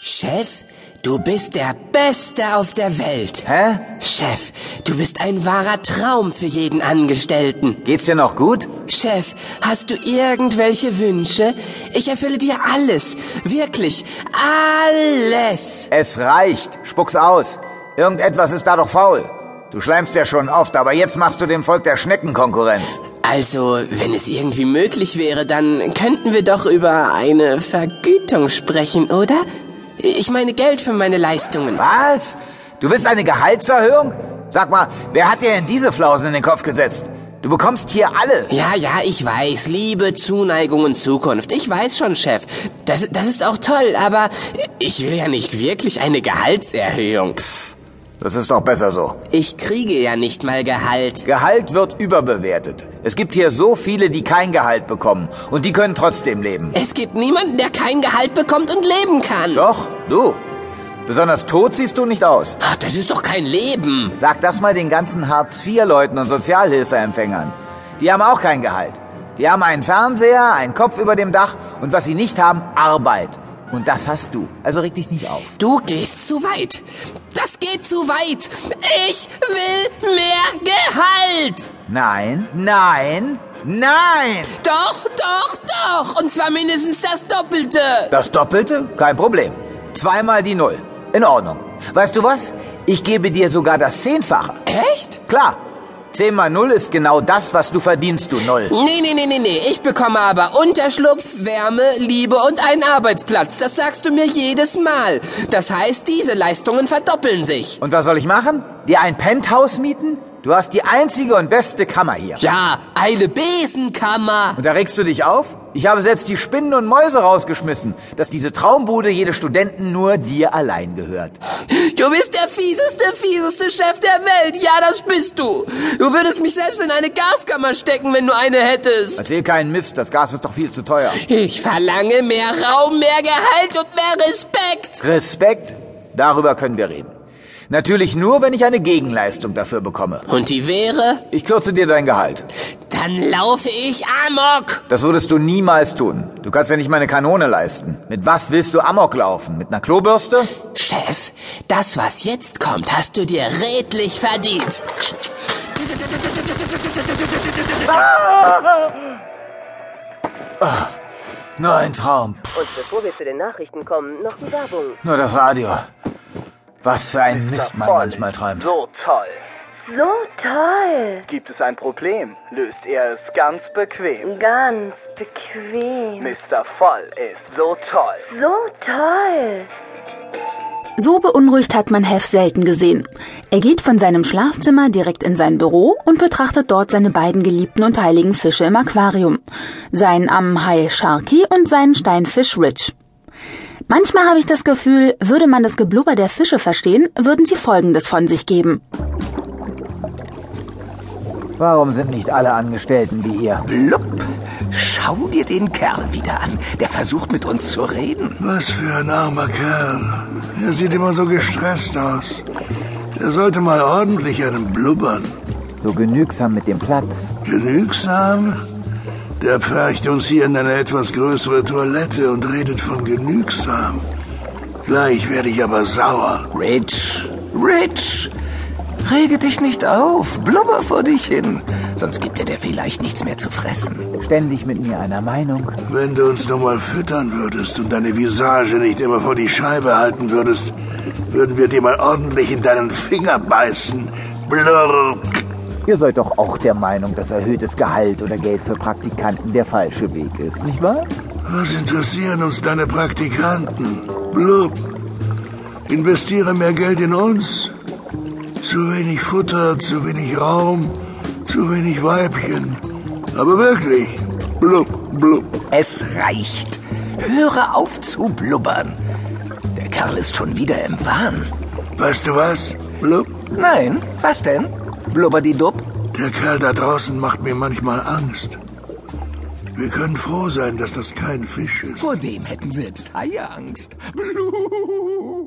Chef, du bist der Beste auf der Welt. Hä? Chef, du bist ein wahrer Traum für jeden Angestellten. Geht's dir noch gut? Chef, hast du irgendwelche Wünsche? Ich erfülle dir alles. Wirklich. Alles. Es reicht. Spuck's aus. Irgendetwas ist da doch faul. Du schleimst ja schon oft, aber jetzt machst du dem Volk der Schnecken Konkurrenz. Also, wenn es irgendwie möglich wäre, dann könnten wir doch über eine Vergütung sprechen, oder? Ich meine Geld für meine Leistungen. Was? Du willst eine Gehaltserhöhung? Sag mal, wer hat dir denn diese Flausen in den Kopf gesetzt? Du bekommst hier alles. Ja, ja, ich weiß. Liebe, Zuneigung und Zukunft. Ich weiß schon, Chef. Das, das ist auch toll, aber ich will ja nicht wirklich eine Gehaltserhöhung. Das ist doch besser so. Ich kriege ja nicht mal Gehalt. Gehalt wird überbewertet. Es gibt hier so viele, die kein Gehalt bekommen. Und die können trotzdem leben. Es gibt niemanden, der kein Gehalt bekommt und leben kann. Doch, du. Besonders tot siehst du nicht aus. Ach, Das ist doch kein Leben. Sag das mal den ganzen Hartz-IV-Leuten und Sozialhilfeempfängern. Die haben auch kein Gehalt. Die haben einen Fernseher, einen Kopf über dem Dach und was sie nicht haben, Arbeit. Und das hast du. Also reg dich nicht auf. Du gehst zu weit. Das geht zu weit. Ich will mehr Gehalt. Nein, nein, nein! Doch, doch, doch. Und zwar mindestens das Doppelte. Das Doppelte? Kein Problem. Zweimal die Null. In Ordnung. Weißt du was? Ich gebe dir sogar das Zehnfache. Echt? Klar. Zehn mal Null ist genau das, was du verdienst, du Null. Nee, nee, nee, nee, nee. Ich bekomme aber Unterschlupf, Wärme, Liebe und einen Arbeitsplatz. Das sagst du mir jedes Mal. Das heißt, diese Leistungen verdoppeln sich. Und was soll ich machen? Dir ein Penthouse mieten? Du hast die einzige und beste Kammer hier. Ja, eine Besenkammer. Und da regst du dich auf? Ich habe selbst die Spinnen und Mäuse rausgeschmissen, dass diese Traumbude jede Studenten nur dir allein gehört. Du bist der fieseste, fieseste Chef der Welt. Ja, das bist du. Du würdest mich selbst in eine Gaskammer stecken, wenn du eine hättest. Erzähl keinen Mist, das Gas ist doch viel zu teuer. Ich verlange mehr Raum, mehr Gehalt und mehr Respekt. Respekt, darüber können wir reden. Natürlich nur, wenn ich eine Gegenleistung dafür bekomme. Und die wäre? Ich kürze dir dein Gehalt. Dann laufe ich amok. Das würdest du niemals tun. Du kannst ja nicht meine Kanone leisten. Mit was willst du Amok laufen? Mit einer Klobürste? Chef, das, was jetzt kommt, hast du dir redlich verdient. Nur ein Traum. Und bevor wir zu den Nachrichten kommen, noch die Werbung. Nur das Radio. Was für ein Mist man Voll. manchmal träumt. So toll. So toll. Gibt es ein Problem, löst er es ganz bequem. Ganz bequem. Mr. Voll ist so toll. So toll. So beunruhigt hat man Hef selten gesehen. Er geht von seinem Schlafzimmer direkt in sein Büro und betrachtet dort seine beiden geliebten und heiligen Fische im Aquarium. Seinen Ammenhai Sharky und seinen Steinfisch Rich. Manchmal habe ich das Gefühl, würde man das Geblubber der Fische verstehen, würden sie Folgendes von sich geben. Warum sind nicht alle Angestellten wie ihr? Blub. Schau dir den Kerl wieder an. Der versucht mit uns zu reden. Was für ein armer Kerl. Er sieht immer so gestresst aus. Der sollte mal ordentlich einen blubbern. So genügsam mit dem Platz. Genügsam? Der pfercht uns hier in eine etwas größere Toilette und redet von genügsam. Gleich werde ich aber sauer. Rich. Rich. Rege dich nicht auf. Blubber vor dich hin. Sonst gibt dir der vielleicht nichts mehr zu fressen. Ständig mit mir einer Meinung. Wenn du uns nur mal füttern würdest und deine Visage nicht immer vor die Scheibe halten würdest, würden wir dir mal ordentlich in deinen Finger beißen. Blurr. Ihr seid doch auch der Meinung, dass erhöhtes Gehalt oder Geld für Praktikanten der falsche Weg ist, nicht wahr? Was interessieren uns deine Praktikanten? Blub. Investiere mehr Geld in uns. Zu wenig Futter, zu wenig Raum, zu wenig Weibchen. Aber wirklich. Blub, blub. Es reicht. Höre auf zu blubbern. Der Kerl ist schon wieder im Wahn. Weißt du was? Blub. Nein, was denn? Blubberdi-Dub? Der Kerl da draußen macht mir manchmal Angst. Wir können froh sein, dass das kein Fisch ist. Vor dem hätten selbst Haie Angst. Blub.